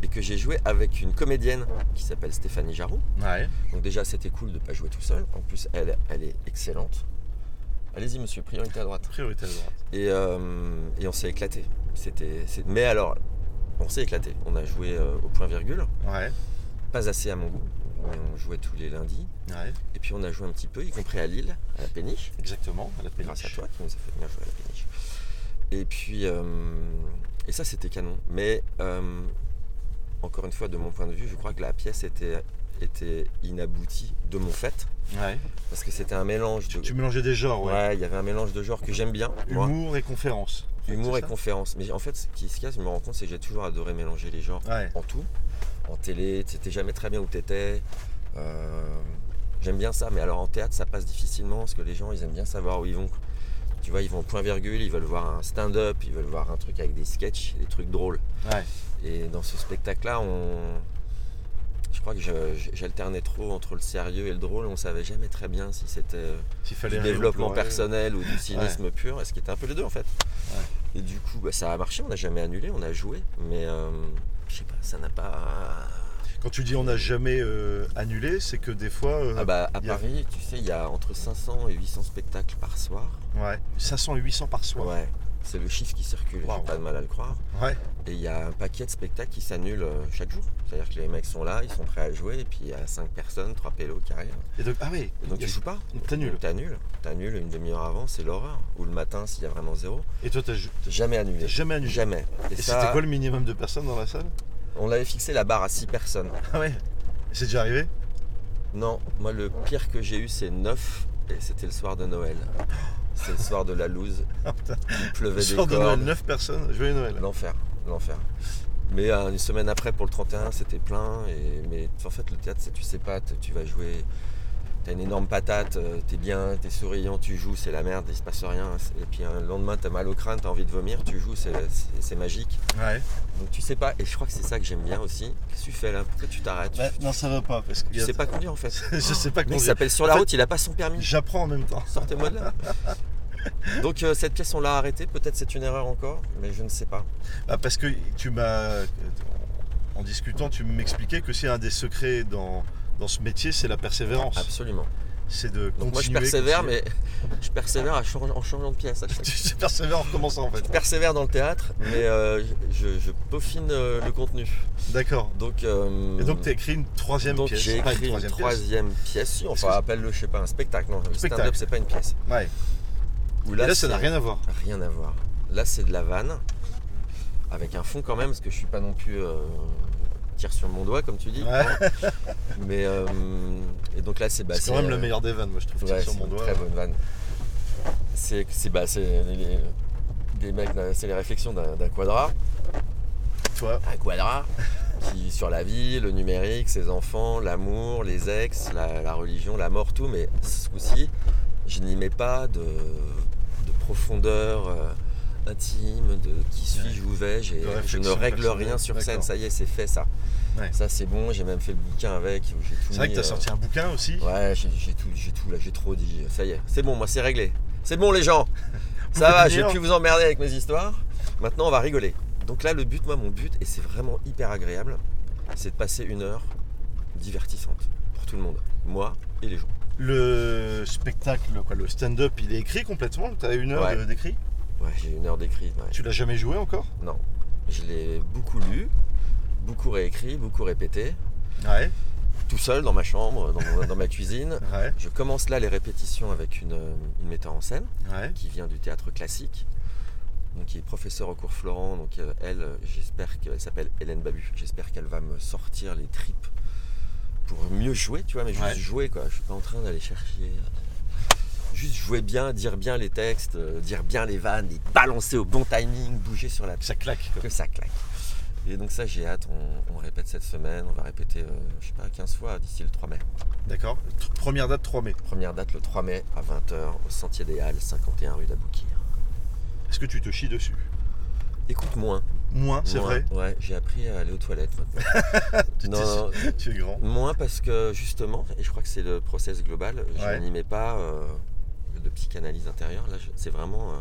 [SPEAKER 2] Et que j'ai joué avec une comédienne qui s'appelle Stéphanie Jarou.
[SPEAKER 1] Ouais.
[SPEAKER 2] Donc déjà c'était cool de pas jouer tout seul. En plus elle, elle est excellente. Allez-y monsieur, priorité à droite.
[SPEAKER 1] Priorité à droite.
[SPEAKER 2] Et, euh, et on s'est éclaté. C'était. c'est- Mais alors, on s'est éclaté. On a joué euh, au point virgule,
[SPEAKER 1] Ouais.
[SPEAKER 2] pas assez à mon goût, mais on jouait tous les lundis.
[SPEAKER 1] Ouais.
[SPEAKER 2] Et puis on a joué un petit peu, y compris à Lille, à la péniche.
[SPEAKER 1] Exactement. à la
[SPEAKER 2] Et Bah, grâce à
[SPEAKER 1] péniche.
[SPEAKER 2] toi qui nous a fait venir jouer à la péniche. Et puis, euh, et ça c'était canon. Mais euh, encore une fois, de mon point de vue, je crois que la pièce était, était inaboutie de mon fait,
[SPEAKER 1] Ouais.
[SPEAKER 2] parce que c'était un mélange de.
[SPEAKER 1] Tu mélangeais des genres, ouais.
[SPEAKER 2] Ouais, il y avait un mélange de genres que j'aime bien. moi.
[SPEAKER 1] Humour et conférence. En fait,
[SPEAKER 2] Humour
[SPEAKER 1] c'est
[SPEAKER 2] et
[SPEAKER 1] ça
[SPEAKER 2] conférence. Mais en fait, ce qui se casse, je me rends compte, c'est que j'ai toujours adoré mélanger les genres
[SPEAKER 1] Ouais.
[SPEAKER 2] en tout. En télé, tu sais jamais très bien où t'étais. Euh, J'aime bien ça, mais alors en théâtre, ça passe difficilement parce que les gens, ils aiment bien savoir où ils vont. Tu vois, ils vont au point-virgule, ils veulent voir un stand-up, ils veulent voir un truc avec des sketchs, des trucs drôles.
[SPEAKER 1] Ouais.
[SPEAKER 2] Et dans ce spectacle-là, on... je crois que je- je- j'alternais trop entre le sérieux et le drôle. On savait jamais très bien si c'était euh,
[SPEAKER 1] S'il fallait
[SPEAKER 2] du
[SPEAKER 1] rire ou
[SPEAKER 2] développement
[SPEAKER 1] pleurer.
[SPEAKER 2] personnel ou du cynisme pur, et ce qui était un peu les deux en fait. Et du coup, bah, ça a marché, on n'a jamais annulé, on a joué, mais euh, je sais pas, ça n'a pas.
[SPEAKER 1] Quand tu dis on n'a jamais euh, annulé, c'est que des fois. euh,
[SPEAKER 2] Ah bah, à
[SPEAKER 1] il y a-
[SPEAKER 2] Paris, tu sais, il y a entre 500 et 800 spectacles par soir.
[SPEAKER 1] Ouais. 500 et 800 par soir.
[SPEAKER 2] Ouais, c'est le chiffre qui circule,
[SPEAKER 1] Waouh.
[SPEAKER 2] j'ai pas de mal à le croire.
[SPEAKER 1] Ouais.
[SPEAKER 2] Et il y a un paquet de spectacles qui s'annulent euh, chaque jour. C'est-à-dire que les mecs sont là, ils sont prêts à jouer, et puis il y a 5 personnes, 3 pélos qui arrivent.
[SPEAKER 1] Et donc, ah oui.
[SPEAKER 2] Et donc tu joues pas.
[SPEAKER 1] T'annules.
[SPEAKER 2] Donc, T'annules. T'annules une demi-heure avant, c'est l'horreur. Ou le matin s'il y a vraiment zéro.
[SPEAKER 1] Et toi, t'as ju-
[SPEAKER 2] Jamais
[SPEAKER 1] t'as
[SPEAKER 2] annulé.
[SPEAKER 1] jamais annulé.
[SPEAKER 2] Jamais. Et,
[SPEAKER 1] Et
[SPEAKER 2] ça,
[SPEAKER 1] c'était quoi le minimum de personnes dans la salle
[SPEAKER 2] on avait fixé la barre à 6 personnes.
[SPEAKER 1] Ah ouais. C'est déjà arrivé
[SPEAKER 2] Non, moi le pire que j'ai eu c'est 9 et c'était le soir de Noël. C'est le soir de la loose. Il pleuvait
[SPEAKER 1] Le
[SPEAKER 2] des
[SPEAKER 1] soir de Noël,
[SPEAKER 2] cordes.
[SPEAKER 1] 9 personnes. Joyeux Noël.
[SPEAKER 2] L'enfer, l'enfer. Mais euh, une semaine après pour le 31 c'était plein. Et, mais en fait le théâtre c'est tu sais pas, t- tu vas jouer, t'as une énorme patate, euh, t'es bien, t'es souriant, tu joues, c'est la merde, il se passe rien. Et puis euh, le lendemain t'as mal au crâne, t'as envie de vomir, tu joues, c'est- c'est c'est magique.
[SPEAKER 1] Ouais.
[SPEAKER 2] Donc tu sais pas, et je crois que c'est ça que j'aime bien aussi. Qu'est-ce que tu fais là Pourquoi tu t'arrêtes Tu-
[SPEAKER 1] Bah, non, ça va pas. Parce que
[SPEAKER 2] Je sais pas conduire en fait.
[SPEAKER 1] Je sais pas
[SPEAKER 2] Le
[SPEAKER 1] comment
[SPEAKER 2] mec
[SPEAKER 1] dire.
[SPEAKER 2] s'appelle sur la
[SPEAKER 1] En fait-
[SPEAKER 2] route, il a pas son permis.
[SPEAKER 1] J'apprends en même temps.
[SPEAKER 2] Sortez-moi de là. Donc euh, cette pièce on l'a arrêtée, peut-être c'est une erreur encore, mais je ne sais pas.
[SPEAKER 1] Ah, parce que tu m'as. En discutant, tu m'expliquais que c'est un des secrets dans, dans ce métier, c'est la persévérance.
[SPEAKER 2] Absolument.
[SPEAKER 1] C'est de continuer.
[SPEAKER 2] Ah, bah. Donc moi je persévère,
[SPEAKER 1] continuer.
[SPEAKER 2] mais je persévère à change- en changeant de pièce à chaque fois.
[SPEAKER 1] tu persévères en recommençant en fait.
[SPEAKER 2] Je persévère dans le théâtre, mais euh, je, je peaufine euh, le contenu.
[SPEAKER 1] D'accord.
[SPEAKER 2] Donc, euh,
[SPEAKER 1] Et donc tu as écrit une troisième
[SPEAKER 2] donc,
[SPEAKER 1] pièce.
[SPEAKER 2] j'ai
[SPEAKER 1] Ah,
[SPEAKER 2] écrit une troisième, pièce. Si,
[SPEAKER 1] Parce
[SPEAKER 2] enfin
[SPEAKER 1] que-
[SPEAKER 2] appelle-le, je sais pas, un spectacle. Non, le
[SPEAKER 1] Spectacle.
[SPEAKER 2] stand-up c'est pas une pièce.
[SPEAKER 1] pièce. Ouais.
[SPEAKER 2] Où
[SPEAKER 1] Et là, ça
[SPEAKER 2] c'est-
[SPEAKER 1] n'a rien à voir.
[SPEAKER 2] Rien à voir. Là, c'est de la vanne, avec un fond quand même, parce que je suis pas non plus euh, tire sur mon doigt, comme tu dis.
[SPEAKER 1] Ouais.
[SPEAKER 2] Mais euh, et donc là, c'est bah,
[SPEAKER 1] c'est quand
[SPEAKER 2] c'est,
[SPEAKER 1] même la
[SPEAKER 2] euh,
[SPEAKER 1] meilleure des vannes, moi je trouve.
[SPEAKER 2] ouais,
[SPEAKER 1] Tire sur
[SPEAKER 2] c'est
[SPEAKER 1] mon
[SPEAKER 2] une
[SPEAKER 1] doigt.
[SPEAKER 2] très bonne vanne. C'est c'est bah, c'est les, les- des mecs, d'un- c'est les réflexions d'un d'un quadra,
[SPEAKER 1] Toi,
[SPEAKER 2] un quadra qui sur la vie, le numérique, ses enfants, l'amour, les ex, la, la religion, la mort, tout. Mais ce coup-ci, je n'y mets pas de, de profondeur. euh, intime de qui suis-je où vais-je et
[SPEAKER 1] De
[SPEAKER 2] je ne
[SPEAKER 1] réflexion
[SPEAKER 2] règle
[SPEAKER 1] personnelle.
[SPEAKER 2] rien sur scène
[SPEAKER 1] D'accord.
[SPEAKER 2] ça y est c'est fait ça
[SPEAKER 1] Ouais.
[SPEAKER 2] ça c'est bon j'ai même fait le bouquin avec où j'ai tout
[SPEAKER 1] c'est vrai que
[SPEAKER 2] mis,
[SPEAKER 1] t'as
[SPEAKER 2] euh,
[SPEAKER 1] sorti un bouquin aussi.
[SPEAKER 2] Ouais, j'ai j'ai tout, j'ai tout là, j'ai trop dit. Ça y est, c'est bon, moi c'est réglé. C'est bon les gens. Ça va, j'ai
[SPEAKER 1] venir.
[SPEAKER 2] pu vous emmerder avec mes histoires. Maintenant, on va rigoler. Donc là, le but, moi, mon but, et c'est vraiment hyper agréable, c'est de passer une heure divertissante pour tout le monde, moi et les gens.
[SPEAKER 1] Le spectacle, quoi, le stand-up, il est écrit complètement. T'as une heure
[SPEAKER 2] Ouais.
[SPEAKER 1] de- d'écrit.
[SPEAKER 2] Ouais, j'ai une heure d'écrit. ouais.
[SPEAKER 1] Tu l'as jamais joué encore
[SPEAKER 2] Je l'ai beaucoup lu, beaucoup réécrit, beaucoup répété,
[SPEAKER 1] Ouais.
[SPEAKER 2] tout seul dans ma chambre, dans, mon- dans ma cuisine.
[SPEAKER 1] Ouais.
[SPEAKER 2] Je commence là les répétitions avec une, euh, une metteur en scène.
[SPEAKER 1] Ouais.
[SPEAKER 2] qui vient du théâtre classique, donc qui est professeur au cours Florent. Donc euh, elle, euh, j'espère qu'elle s'appelle Hélène Babu. J'espère qu'elle va me sortir les tripes pour mieux jouer, tu vois, mais juste
[SPEAKER 1] Ouais.
[SPEAKER 2] jouer quoi. Je suis pas en train d'aller chercher. euh, Juste jouer bien, dire bien les textes, euh, dire bien les vannes, les balancer au bon timing, bouger sur la
[SPEAKER 1] Ça claque. quoi.
[SPEAKER 2] que ça claque. Et donc ça j'ai hâte, on, on répète cette semaine, on va répéter, euh, je sais pas, 15 fois d'ici le 3 mai.
[SPEAKER 1] D'accord. Tr- Première date 3 mai.
[SPEAKER 2] Première date le 3 mai à 20h au Sentier des Halles, 51 rue d'Aboukir.
[SPEAKER 1] Est-ce que tu te chies dessus
[SPEAKER 2] Écoute moins.
[SPEAKER 1] Moins, c'est
[SPEAKER 2] Moins.
[SPEAKER 1] vrai.
[SPEAKER 2] Ouais, j'ai appris à aller aux toilettes maintenant.
[SPEAKER 1] Tu, t'es-
[SPEAKER 2] non, non,
[SPEAKER 1] tu es grand.
[SPEAKER 2] moins parce que justement, et je crois que c'est le process global, je
[SPEAKER 1] Ouais.
[SPEAKER 2] n'y mets pas euh, de psychanalyse intérieure. Là, je- c'est vraiment euh,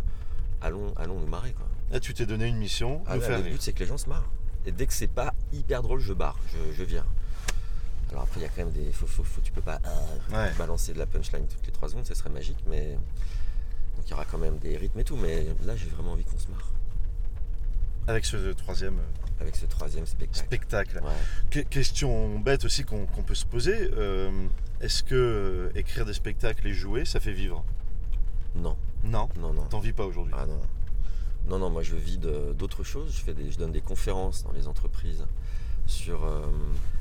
[SPEAKER 2] allons, allons nous marrer. Quoi.
[SPEAKER 1] Là, tu t'es donné une mission,
[SPEAKER 2] Ah
[SPEAKER 1] nous
[SPEAKER 2] ouais,
[SPEAKER 1] faire
[SPEAKER 2] le
[SPEAKER 1] rire.
[SPEAKER 2] but, c'est que les gens se marrent. Et dès que c'est pas hyper drôle, je barre, je, je vire. Alors après, il y a quand même des. Faut, faut, faut- tu peux pas euh,
[SPEAKER 1] Ouais.
[SPEAKER 2] balancer de la punchline toutes les 3 secondes, ce serait magique, mais. Donc il y aura quand même des rythmes et tout, mais là, j'ai vraiment envie qu'on se marre
[SPEAKER 1] Avec ce euh, troisième euh,
[SPEAKER 2] avec ce troisième spectacle.
[SPEAKER 1] spectacle.
[SPEAKER 2] Ouais.
[SPEAKER 1] Que- question bête aussi qu'on qu'on peut se poser. euh, Est-ce que euh, écrire des spectacles et jouer, ça fait vivre
[SPEAKER 2] Non,
[SPEAKER 1] Non,
[SPEAKER 2] non, non.
[SPEAKER 1] t'en vis pas aujourd'hui.
[SPEAKER 2] Ah non. Non, non, moi je vis de- d'autres choses. Je, fais des, je donne des conférences dans les entreprises sur euh,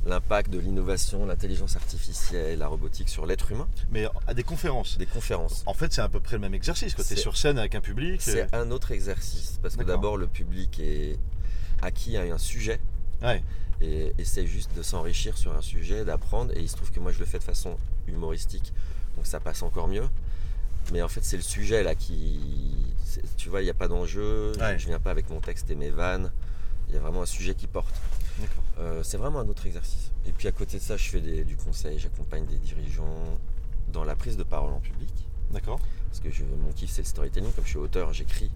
[SPEAKER 2] l'impact de l'innovation, l'intelligence artificielle, la robotique sur l'être humain.
[SPEAKER 1] Mais à des conférences.
[SPEAKER 2] Des conférences.
[SPEAKER 1] En fait, c'est à peu près le même exercice. Quand t'es
[SPEAKER 2] C'est-
[SPEAKER 1] sur scène avec un public. euh,
[SPEAKER 2] C'est un autre exercice parce que
[SPEAKER 1] D'accord.
[SPEAKER 2] d'abord le public est acquis à un sujet
[SPEAKER 1] euh, Ouais.
[SPEAKER 2] et essaie juste de s'enrichir sur un sujet, d'apprendre. Et il se trouve que moi je le fais de façon humoristique, donc ça passe encore mieux. Mais en fait, c'est le sujet là qui. c'est- Tu vois, il n'y a pas d'enjeu, je-
[SPEAKER 1] Ouais.
[SPEAKER 2] je viens pas avec mon texte et mes vannes. Il y a vraiment un sujet qui porte.
[SPEAKER 1] D'accord.
[SPEAKER 2] Euh, c'est vraiment un autre exercice. Et puis à côté de ça, je fais des- du conseil, j'accompagne des dirigeants dans la prise de parole en public.
[SPEAKER 1] D'accord.
[SPEAKER 2] Parce que je- mon kiff, c'est le storytelling. Comme je suis auteur, j'écris.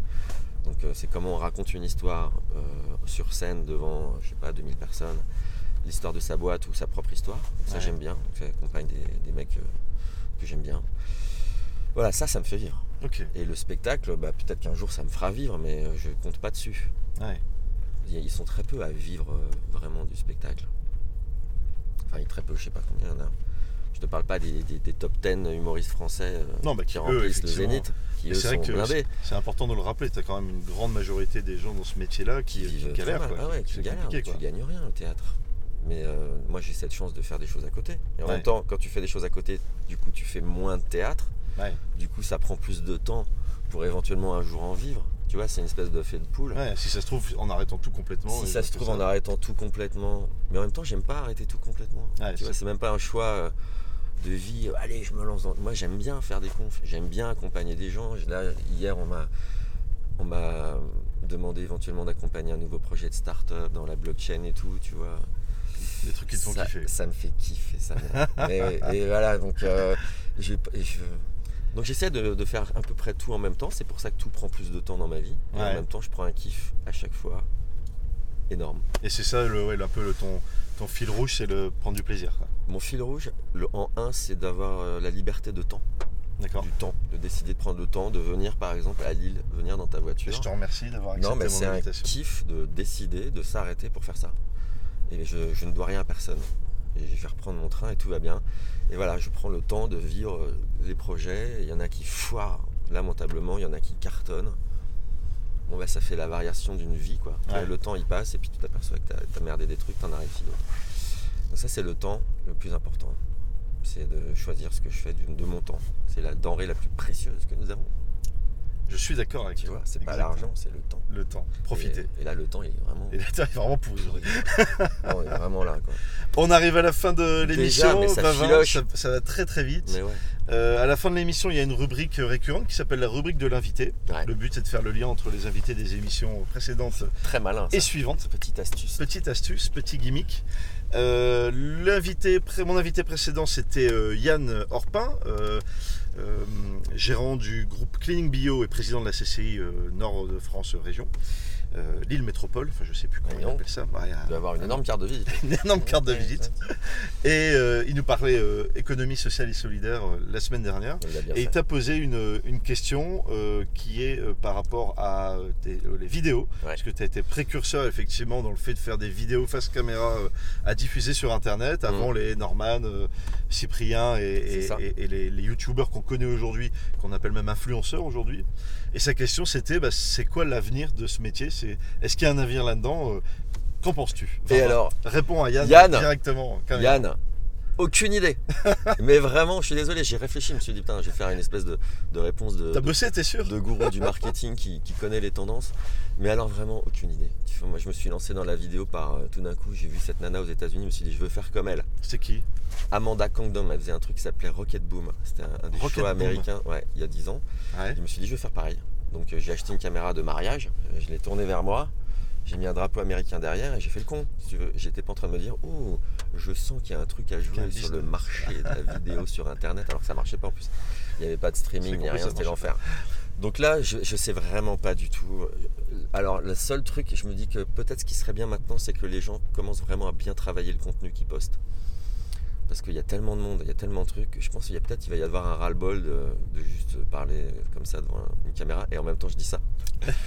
[SPEAKER 2] Donc, euh, c'est comment on raconte une histoire euh, sur scène devant, euh, je sais pas, 2000 personnes. L'histoire de sa boîte ou sa propre histoire. Donc, ça,
[SPEAKER 1] Ouais.
[SPEAKER 2] j'aime bien. Donc, j'accompagne des, des mecs euh, que j'aime bien. Voilà, ça, ça me fait vivre.
[SPEAKER 1] Ok.
[SPEAKER 2] Et le spectacle, bah, peut-être qu'un jour, ça me fera vivre, mais euh, je compte pas dessus.
[SPEAKER 1] Ouais.
[SPEAKER 2] Il y a- Ils sont très peu à vivre euh, vraiment du spectacle. Enfin, il y a très peu, je sais pas combien il y en a. Je te parle pas des, des- des top 10 humoristes français euh,
[SPEAKER 1] Non, bah, qui,
[SPEAKER 2] qui
[SPEAKER 1] eux,
[SPEAKER 2] remplissent le
[SPEAKER 1] effectivement,
[SPEAKER 2] zénith, qui
[SPEAKER 1] Mais
[SPEAKER 2] eux
[SPEAKER 1] c'est vrai
[SPEAKER 2] sont
[SPEAKER 1] que
[SPEAKER 2] blindés.
[SPEAKER 1] C'est important de le rappeler. T'as quand même une grande majorité des gens dans ce métier-là qui,
[SPEAKER 2] qui
[SPEAKER 1] qui
[SPEAKER 2] vivent très
[SPEAKER 1] galèrent.
[SPEAKER 2] mal.
[SPEAKER 1] quoi.
[SPEAKER 2] Ah ouais, qui
[SPEAKER 1] C'est
[SPEAKER 2] galèrent,
[SPEAKER 1] compliqué,
[SPEAKER 2] tu
[SPEAKER 1] quoi.
[SPEAKER 2] gagnes rien au théâtre. Mais euh, moi j'ai cette chance de faire des choses à côté. Et en
[SPEAKER 1] Ouais.
[SPEAKER 2] même temps, quand tu fais des choses à côté, du coup tu fais moins de théâtre.
[SPEAKER 1] Ouais.
[SPEAKER 2] Du coup ça prend plus de temps pour éventuellement un jour en vivre. Tu vois, c'est une espèce de fait de poule.
[SPEAKER 1] Ouais, si ça se trouve, en arrêtant tout complètement.
[SPEAKER 2] si
[SPEAKER 1] et
[SPEAKER 2] ça
[SPEAKER 1] je
[SPEAKER 2] se
[SPEAKER 1] trouve
[SPEAKER 2] trouve en arrêtant tout complètement. Mais en même temps, j'aime pas arrêter tout complètement.
[SPEAKER 1] Ouais,
[SPEAKER 2] tu vois,
[SPEAKER 1] c'est-
[SPEAKER 2] c'est même pas un choix euh, de vie. euh, Allez, je me lance dans. Moi, j'aime bien faire des confs. J'aime bien accompagner des gens. Là, hier, on m'a on m'a demandé éventuellement d'accompagner un nouveau projet de start-up dans la blockchain et tout, tu vois.
[SPEAKER 1] Des trucs qui te font
[SPEAKER 2] ça,
[SPEAKER 1] kiffer.
[SPEAKER 2] ça me fait kiffer, ça. me- Mais ouais, et voilà, donc euh, j'ai pas- je- donc j'essaie de, de faire à peu près tout en même temps. C'est pour ça que tout prend plus de temps dans ma vie. Et
[SPEAKER 1] Ouais.
[SPEAKER 2] en même temps, je prends un kiff à chaque fois, énorme.
[SPEAKER 1] Et c'est ça, le, ouais, un peu le, ton, ton fil rouge, c'est le prendre du plaisir. quoi.
[SPEAKER 2] Mon fil rouge, le en 1, c'est d'avoir euh, la liberté de temps,
[SPEAKER 1] D'accord.
[SPEAKER 2] du temps, de décider de prendre le temps, de venir par exemple à Lille, venir dans ta
[SPEAKER 1] Et
[SPEAKER 2] voiture.
[SPEAKER 1] Je te remercie d'avoir accepté
[SPEAKER 2] Non, mais c'est
[SPEAKER 1] mon
[SPEAKER 2] un
[SPEAKER 1] invitation.
[SPEAKER 2] kiff de décider, de s'arrêter pour faire ça. Et je, je ne dois rien à personne. Et je vais reprendre mon train et tout va bien. Et voilà, je prends le temps de vivre euh, les projets. Il y en a qui foirent lamentablement, il y en a qui cartonnent. Bon, bah, ça fait la variation d'une vie, quoi. Tu vois,
[SPEAKER 1] Ouais.
[SPEAKER 2] Le temps, il passe et puis tu t'aperçois que t'as t'as merdé des trucs, t'en as réussi d'autres. Donc, ça, c'est le temps le plus important. C'est de choisir ce que je fais du- de mon temps. C'est la denrée la plus précieuse que nous avons.
[SPEAKER 1] Je suis d'accord avec
[SPEAKER 2] Tu
[SPEAKER 1] toi.
[SPEAKER 2] vois, c'est pas
[SPEAKER 1] Exactement.
[SPEAKER 2] l'argent, c'est le temps.
[SPEAKER 1] Le temps. Profiter.
[SPEAKER 2] Et, et là, le temps, il est vraiment.
[SPEAKER 1] Et là, t'es vraiment pourri.
[SPEAKER 2] Non, on est vraiment là, quoi.
[SPEAKER 1] On arrive à la fin de
[SPEAKER 2] Déjà,
[SPEAKER 1] l'émission.
[SPEAKER 2] mais ça
[SPEAKER 1] Vavin,
[SPEAKER 2] filoche.
[SPEAKER 1] ça, ça va très très vite.
[SPEAKER 2] Mais ouais.
[SPEAKER 1] Euh, à la fin de l'émission, il y a une rubrique récurrente qui s'appelle la rubrique de l'invité.
[SPEAKER 2] Ouais.
[SPEAKER 1] Le but est de faire le lien entre les invités des émissions précédentes
[SPEAKER 2] Très malin. Ça.
[SPEAKER 1] et suivantes.
[SPEAKER 2] Petite astuce.
[SPEAKER 1] Petite astuce, petit gimmick. Euh, l'invité, pré- mon invité précédent, c'était euh, Yann Orpin, euh, euh, gérant du groupe Cleaning Bio et président de la CCI euh, Nord de France euh, Région, euh, Lille Métropole, enfin je sais plus comment
[SPEAKER 2] Voyons.
[SPEAKER 1] on appelle ça, Ouais, il y a
[SPEAKER 2] Tu dois avoir une énorme carte de visite.
[SPEAKER 1] une énorme Ah carte de
[SPEAKER 2] Ouais,
[SPEAKER 1] visite.
[SPEAKER 2] ouais.
[SPEAKER 1] Et euh, il nous parlait euh, économie sociale et solidaire euh, la semaine dernière.
[SPEAKER 2] Il l'a bien
[SPEAKER 1] Et il
[SPEAKER 2] fait.
[SPEAKER 1] t'a posé une, une question euh, qui est euh, par rapport à euh, tes- euh, les vidéos.
[SPEAKER 2] Ouais.
[SPEAKER 1] Parce que tu as été précurseur effectivement dans le fait de faire des vidéos face caméra euh, à diffuser sur Internet avant les Norman, euh, Cyprien et,
[SPEAKER 2] Mm. C'est
[SPEAKER 1] et-
[SPEAKER 2] ça.
[SPEAKER 1] et- et les, les YouTubers qu'on connaît aujourd'hui, qu'on appelle même influenceurs aujourd'hui. Et sa question c'était bah, c'est quoi l'avenir de ce métier C'est- Est-ce qu'il y a un avenir là-dedans Euh, Qu'en penses-tu
[SPEAKER 2] Et
[SPEAKER 1] Enfin,
[SPEAKER 2] alors,
[SPEAKER 1] Réponds à Yann,
[SPEAKER 2] Yann
[SPEAKER 1] directement. caméra.
[SPEAKER 2] Yann, aucune idée. mais vraiment, je suis désolé, j'ai réfléchi. Je me suis dit, putain, je vais faire une espèce de, de réponse de,
[SPEAKER 1] T'as
[SPEAKER 2] de,
[SPEAKER 1] bossé, t'es sûr
[SPEAKER 2] de gourou du marketing qui, qui connaît les tendances. Mais alors, vraiment, aucune idée. Tu vois, moi, je me suis lancé dans la vidéo par euh, tout d'un coup, j'ai vu cette nana aux États-Unis. Je me suis dit, je veux faire comme elle.
[SPEAKER 1] C'est qui
[SPEAKER 2] Amanda Congdon, elle faisait un truc qui s'appelait Rocket Boom. C'était un, un des
[SPEAKER 1] Rocket
[SPEAKER 2] shows
[SPEAKER 1] Boom.
[SPEAKER 2] américains ouais, il y a 10 ans.
[SPEAKER 1] Ouais.
[SPEAKER 2] Je me suis dit, je vais faire pareil. Donc euh, j'ai acheté une caméra de mariage, euh, je l'ai tournée vers moi, J'ai mis un drapeau américain derrière et j'ai fait le con. Si tu veux, j'étais pas en train de me dire, oh, je sens qu'il y a un truc à
[SPEAKER 1] Qu'il y a un
[SPEAKER 2] jouer sur le
[SPEAKER 1] business.
[SPEAKER 2] marché de la vidéo sur Internet, alors que ça marchait pas en plus. Il n'y avait pas de
[SPEAKER 1] J'ai
[SPEAKER 2] streaming, ni
[SPEAKER 1] compris, ça
[SPEAKER 2] rien, c'était
[SPEAKER 1] marchait
[SPEAKER 2] l'enfer. Donc là, je, je sais vraiment pas du tout. euh, Alors, le seul truc, je me dis que peut-être ce qui serait bien maintenant, c'est que les gens commencent vraiment à bien travailler le contenu qu'ils postent. Parce qu'il y a tellement de monde, il y a tellement de trucs. Je pense qu'il y a peut-être, il va y avoir un ras-le-bol de, de juste parler comme ça devant une caméra. Et en même temps, je dis ça.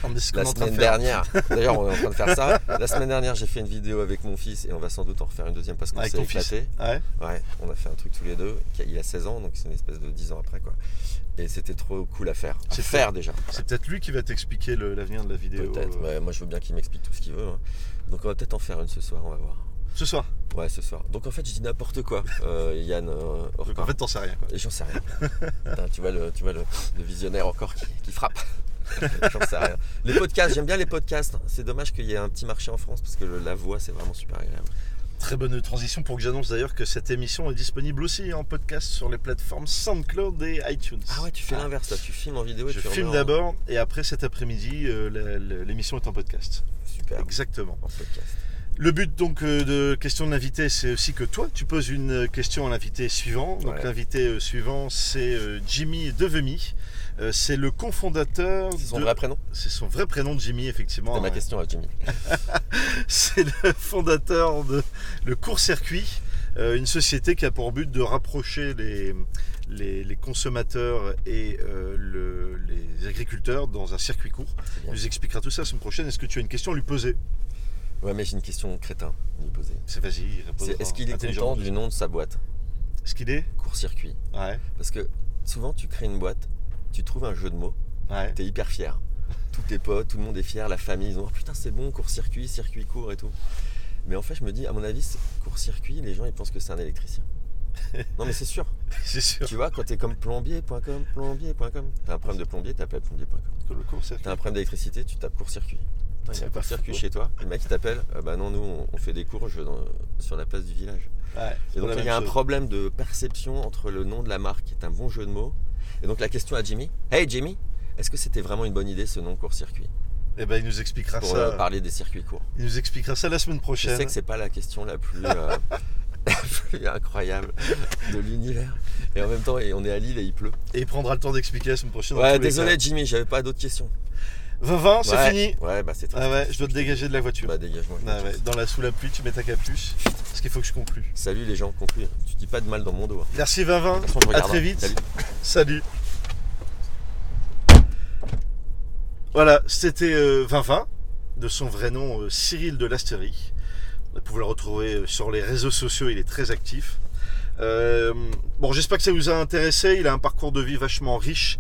[SPEAKER 1] On est ce qu'on
[SPEAKER 2] La
[SPEAKER 1] est en train de
[SPEAKER 2] semaine
[SPEAKER 1] faire.
[SPEAKER 2] dernière, d'ailleurs, on est en train de faire ça. La semaine dernière, j'ai fait une vidéo avec mon fils et on va sans doute en refaire une deuxième parce qu'on
[SPEAKER 1] Avec
[SPEAKER 2] s'est
[SPEAKER 1] ton fils.
[SPEAKER 2] éclaté.
[SPEAKER 1] Ouais.
[SPEAKER 2] Ouais, on a fait un truc tous les deux. qui a- Il a 16 ans, donc c'est une espèce de 10 ans après quoi. Et c'était trop cool à faire. À
[SPEAKER 1] C'est
[SPEAKER 2] faire déjà.
[SPEAKER 1] C'est peut-être lui qui va t'expliquer le- l'avenir de la vidéo.
[SPEAKER 2] Peut-être.
[SPEAKER 1] euh,
[SPEAKER 2] Ouais, moi, je veux bien qu'il m'explique tout ce qu'il veut. hein. Donc, on va peut-être en faire une ce soir. On va voir.
[SPEAKER 1] Ce soir.
[SPEAKER 2] Ouais, ce soir. Donc, en fait, je dis n'importe quoi. euh, Yann, euh, au
[SPEAKER 1] Donc
[SPEAKER 2] revoir.
[SPEAKER 1] en fait, t'en sais rien. quoi.
[SPEAKER 2] Et J'en sais rien. Putain, tu vois, le, tu vois le, le visionnaire encore qui, qui frappe. J'en sais rien. Les podcasts, j'aime bien les podcasts. C'est dommage qu'il y ait un petit marché en France parce que le- la voix, c'est vraiment super agréable.
[SPEAKER 1] Très bonne transition pour que j'annonce d'ailleurs que cette émission est disponible aussi en podcast sur les plateformes SoundCloud et iTunes.
[SPEAKER 2] Ah ouais, tu fais l'inverse là. Tu filmes en vidéo et
[SPEAKER 1] Je
[SPEAKER 2] tu
[SPEAKER 1] filme
[SPEAKER 2] remets en-
[SPEAKER 1] d'abord et après cet après-midi, euh, la- la- l'émission est en podcast.
[SPEAKER 2] Super.
[SPEAKER 1] Exactement.
[SPEAKER 2] En podcast.
[SPEAKER 1] Le but donc euh, de question de l'invité, c'est aussi que toi, tu poses une euh, question à l'invité suivant. Donc
[SPEAKER 2] Ouais.
[SPEAKER 1] l'invité euh, suivant, c'est euh, Jimmy Devemy. Euh, c'est le cofondateur.
[SPEAKER 2] C'est son
[SPEAKER 1] de-
[SPEAKER 2] vrai prénom
[SPEAKER 1] C'est son vrai prénom, Jimmy, effectivement.
[SPEAKER 2] C'était ma
[SPEAKER 1] hein.
[SPEAKER 2] question à Jimmy.
[SPEAKER 1] C'est le fondateur de le court-circuit, euh, une société qui a pour but de rapprocher les, les, les consommateurs et euh, le- les agriculteurs dans un circuit court.
[SPEAKER 2] C'est bien.
[SPEAKER 1] Il nous expliquera tout ça la semaine prochaine. Est-ce que tu as une question à lui poser
[SPEAKER 2] Ouais, mais j'ai une question crétin à lui poser.
[SPEAKER 1] C'est vas-y, réponds.
[SPEAKER 2] C'est- Est-ce qu'il est
[SPEAKER 1] Intelligent.
[SPEAKER 2] content du nom de sa boîte
[SPEAKER 1] Est-ce qu'il est
[SPEAKER 2] Court-circuit.
[SPEAKER 1] Ouais,
[SPEAKER 2] Parce que souvent, tu crées une boîte, tu trouves un jeu de mots,
[SPEAKER 1] ouais.
[SPEAKER 2] t'es hyper fier. Tous tes potes, tout le monde est fier, la famille, ils ont oh, putain, c'est bon, court-circuit, circuit court et tout. Mais en fait, je me dis, à mon avis, c'est- court-circuit, les gens, ils pensent que c'est un électricien. Non, mais c'est sûr.
[SPEAKER 1] C'est sûr
[SPEAKER 2] Tu vois, quand t'es comme plombier.com, plombier.com, t'as un problème de plombier, t'appelles plombier.com.
[SPEAKER 1] que le court-circuit.
[SPEAKER 2] T'as un problème d'électricité, tu tapes court-circuit. Putain, Il y
[SPEAKER 1] C'est
[SPEAKER 2] a un
[SPEAKER 1] pas
[SPEAKER 2] court-circuit
[SPEAKER 1] faux.
[SPEAKER 2] chez toi, le mec il t'appelle, Ah bah non, nous on, on fait des cours je- dans- sur la place du village.
[SPEAKER 1] Ouais,
[SPEAKER 2] Et donc
[SPEAKER 1] la
[SPEAKER 2] il y
[SPEAKER 1] même
[SPEAKER 2] a un
[SPEAKER 1] chose.
[SPEAKER 2] problème de perception entre le nom de la marque, qui est un bon jeu de mots, et donc la question à Jimmy. Hey Jimmy, est-ce que c'était vraiment une bonne idée ce nom court-circuit
[SPEAKER 1] Eh ben, il nous expliquera
[SPEAKER 2] pour
[SPEAKER 1] ça.
[SPEAKER 2] euh, parler des circuits courts
[SPEAKER 1] Il nous expliquera ça la semaine
[SPEAKER 2] Je
[SPEAKER 1] prochaine.
[SPEAKER 2] sais que c'est pas la question la plus, euh, la plus incroyable de l'univers, et en même temps et on est à Lille et il pleut.
[SPEAKER 1] Et il prendra le temps d'expliquer la semaine prochaine. dans tous
[SPEAKER 2] Ouais,
[SPEAKER 1] les
[SPEAKER 2] désolé
[SPEAKER 1] cas.
[SPEAKER 2] Jimmy, j'avais pas d'autres questions.
[SPEAKER 1] Vinvin, c'est
[SPEAKER 2] Ouais.
[SPEAKER 1] fini.
[SPEAKER 2] Ouais, bah c'est
[SPEAKER 1] Ah
[SPEAKER 2] très.
[SPEAKER 1] ouais, je dois te dégager de la voiture.
[SPEAKER 2] Bah dégage-moi. je
[SPEAKER 1] Ah
[SPEAKER 2] me
[SPEAKER 1] ouais,
[SPEAKER 2] casse.
[SPEAKER 1] dans la sous la pluie, tu mets ta capuche. Parce qu'il faut que je conclue.
[SPEAKER 2] Salut les gens, conclure. Tu dis pas de mal dans mon dos. hein.
[SPEAKER 1] Merci Vinvin.
[SPEAKER 2] De toute façon, je
[SPEAKER 1] À
[SPEAKER 2] regarde, hein.
[SPEAKER 1] très vite.
[SPEAKER 2] Salut.
[SPEAKER 1] Salut. Voilà, c'était euh, Vinvin, de son vrai nom euh, Cyril de Lasterie. Vous pouvez le retrouver euh, sur les réseaux sociaux, il est très actif. Euh, bon, j'espère que ça vous a intéressé. Il a un parcours de vie vachement riche.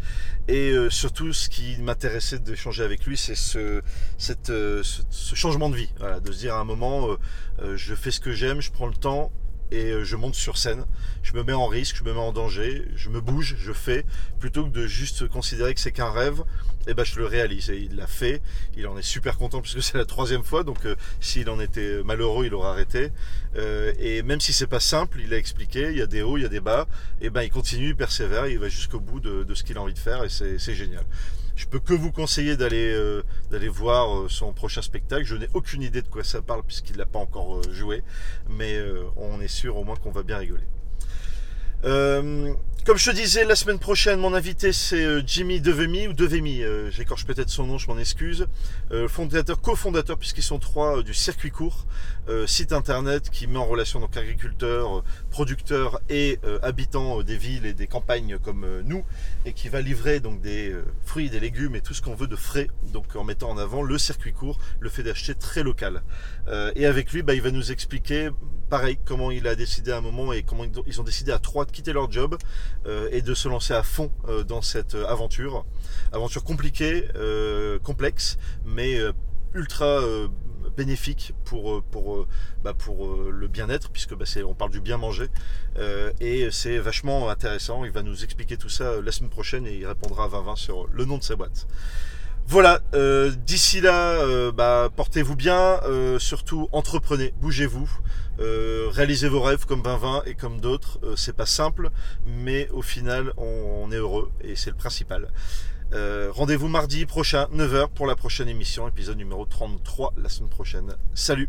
[SPEAKER 1] Et euh, surtout, ce qui m'intéressait d'échanger avec lui, c'est ce, cette, euh, ce, ce changement de vie. Voilà, de se dire à un moment, euh, euh, je fais ce que j'aime, je prends le temps et euh, je monte sur scène. Je me mets en risque, je me mets en danger, je me bouge, je fais. Plutôt que de juste considérer que c'est qu'un rêve, eh ben, je le réalise. Et il l'a fait. Il en est super content puisque c'est la troisième fois. Donc, euh, s'il en était malheureux, il aurait arrêté. Euh, et même si c'est pas simple, il a expliqué, il y a des hauts, il y a des bas, et ben il continue, il persévère, il va jusqu'au bout de, de ce qu'il a envie de faire et c'est c'est génial. Je peux que vous conseiller d'aller euh, d'aller voir euh, son prochain spectacle. Je n'ai aucune idée de quoi ça parle puisqu'il l'a pas encore euh, joué, mais euh, on est sûr au moins qu'on va bien rigoler. Euh, comme je te disais, la semaine prochaine, mon invité c'est euh, Jimmy Devemy ou Devemy, euh, j'écorche peut-être son nom, je m'en excuse. Euh, fondateur, cofondateur, puisqu'ils sont trois, euh, du circuit court euh, site internet qui met en relation donc agriculteurs, euh, producteurs et euh, habitants euh, des villes et des campagnes comme euh, nous et qui va livrer donc des euh, fruits, des légumes et tout ce qu'on veut de frais donc en mettant en avant le circuit court, le fait d'acheter très local. Euh, et avec lui, bah, il va nous expliquer pareil comment il a décidé à un moment et comment ils ont- ils ont décidé à trois de quitter leur job euh, et de se lancer à fond euh, dans cette euh, aventure. Aventure compliquée, euh, complexe, mais euh, ultra euh, bénéfique pour, euh, pour, euh, bah, pour euh, le bien-être, puisque bah, c'est- on parle du bien manger. Euh, et c'est vachement intéressant. Il va nous expliquer tout ça euh, la semaine prochaine et il répondra à 2020 sur le nom de sa boîte. Voilà, euh, d'ici là, euh, bah, portez-vous bien, euh, surtout entreprenez, bougez-vous, euh, réalisez vos rêves comme 2020 et comme d'autres. Euh, c'est pas simple, mais au final, on, on est heureux et c'est le principal. Euh, Rendez-vous mardi prochain, 9h, pour la prochaine émission, épisode numéro 33 la semaine prochaine. Salut